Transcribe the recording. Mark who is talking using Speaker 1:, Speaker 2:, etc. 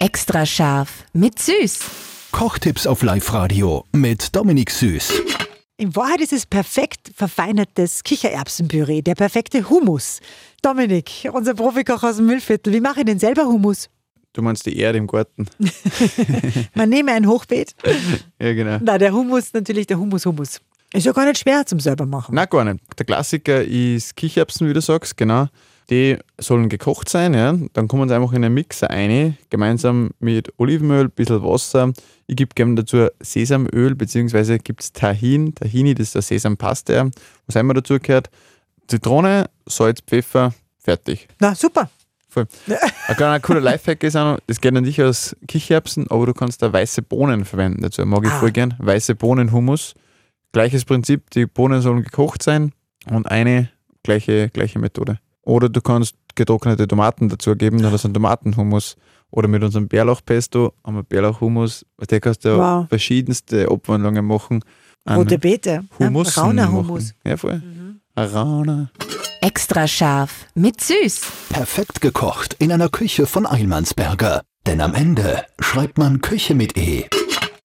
Speaker 1: Extra scharf mit Süß.
Speaker 2: Kochtipps auf Live-Radio mit Dominik Süß.
Speaker 3: In Wahrheit ist es perfekt verfeinertes Kichererbsenpüree, der perfekte Humus. Dominik, unser Profikoch aus dem Müllviertel, wie mache ich denn selber Humus?
Speaker 4: Du meinst die Erde im Garten.
Speaker 3: Man nehme ein Hochbeet.
Speaker 4: Ja, genau.
Speaker 3: Na, der Humus, natürlich der Humus, Humus. Ist ja gar nicht schwer zum selber machen.
Speaker 4: Nein, gar nicht. Der Klassiker ist Kichererbsen, wie du sagst, genau. Die sollen gekocht sein, ja. Dann kommen sie einfach in einen Mixer rein, gemeinsam mit Olivenöl, ein bisschen Wasser. Ich gebe gerne dazu Sesamöl, beziehungsweise gibt es Tahin. Tahini, das ist der Sesampaste, ja, was einmal dazu gehört. Zitrone, Salz, Pfeffer, fertig.
Speaker 3: Na, super.
Speaker 4: Voll. Ein kleiner cooler Lifehack ist auch noch, das geht an dich aus Kichererbsen, aber du kannst da weiße Bohnen verwenden dazu. Mag ich
Speaker 3: Ah.
Speaker 4: voll gern. Weiße Bohnenhummus. Gleiches Prinzip, die Bohnen sollen gekocht sein und eine gleiche, gleiche Methode. Oder du kannst getrocknete Tomaten dazu geben, dann hast du einen Tomatenhummus. Oder mit unserem Bärlauchpesto haben wir Bärlauchhummus. Da kannst du
Speaker 3: Wow.
Speaker 4: verschiedenste Abwandlungen machen. Einen
Speaker 3: Rote Beete.
Speaker 4: Hummus.
Speaker 3: Rauner Mhm. Humus.
Speaker 4: machen. Ja, voll. Ein Rauner.
Speaker 1: Extra scharf mit Süß.
Speaker 2: Perfekt gekocht in einer Küche von Eilmannsberger. Denn am Ende schreibt man Küche mit E.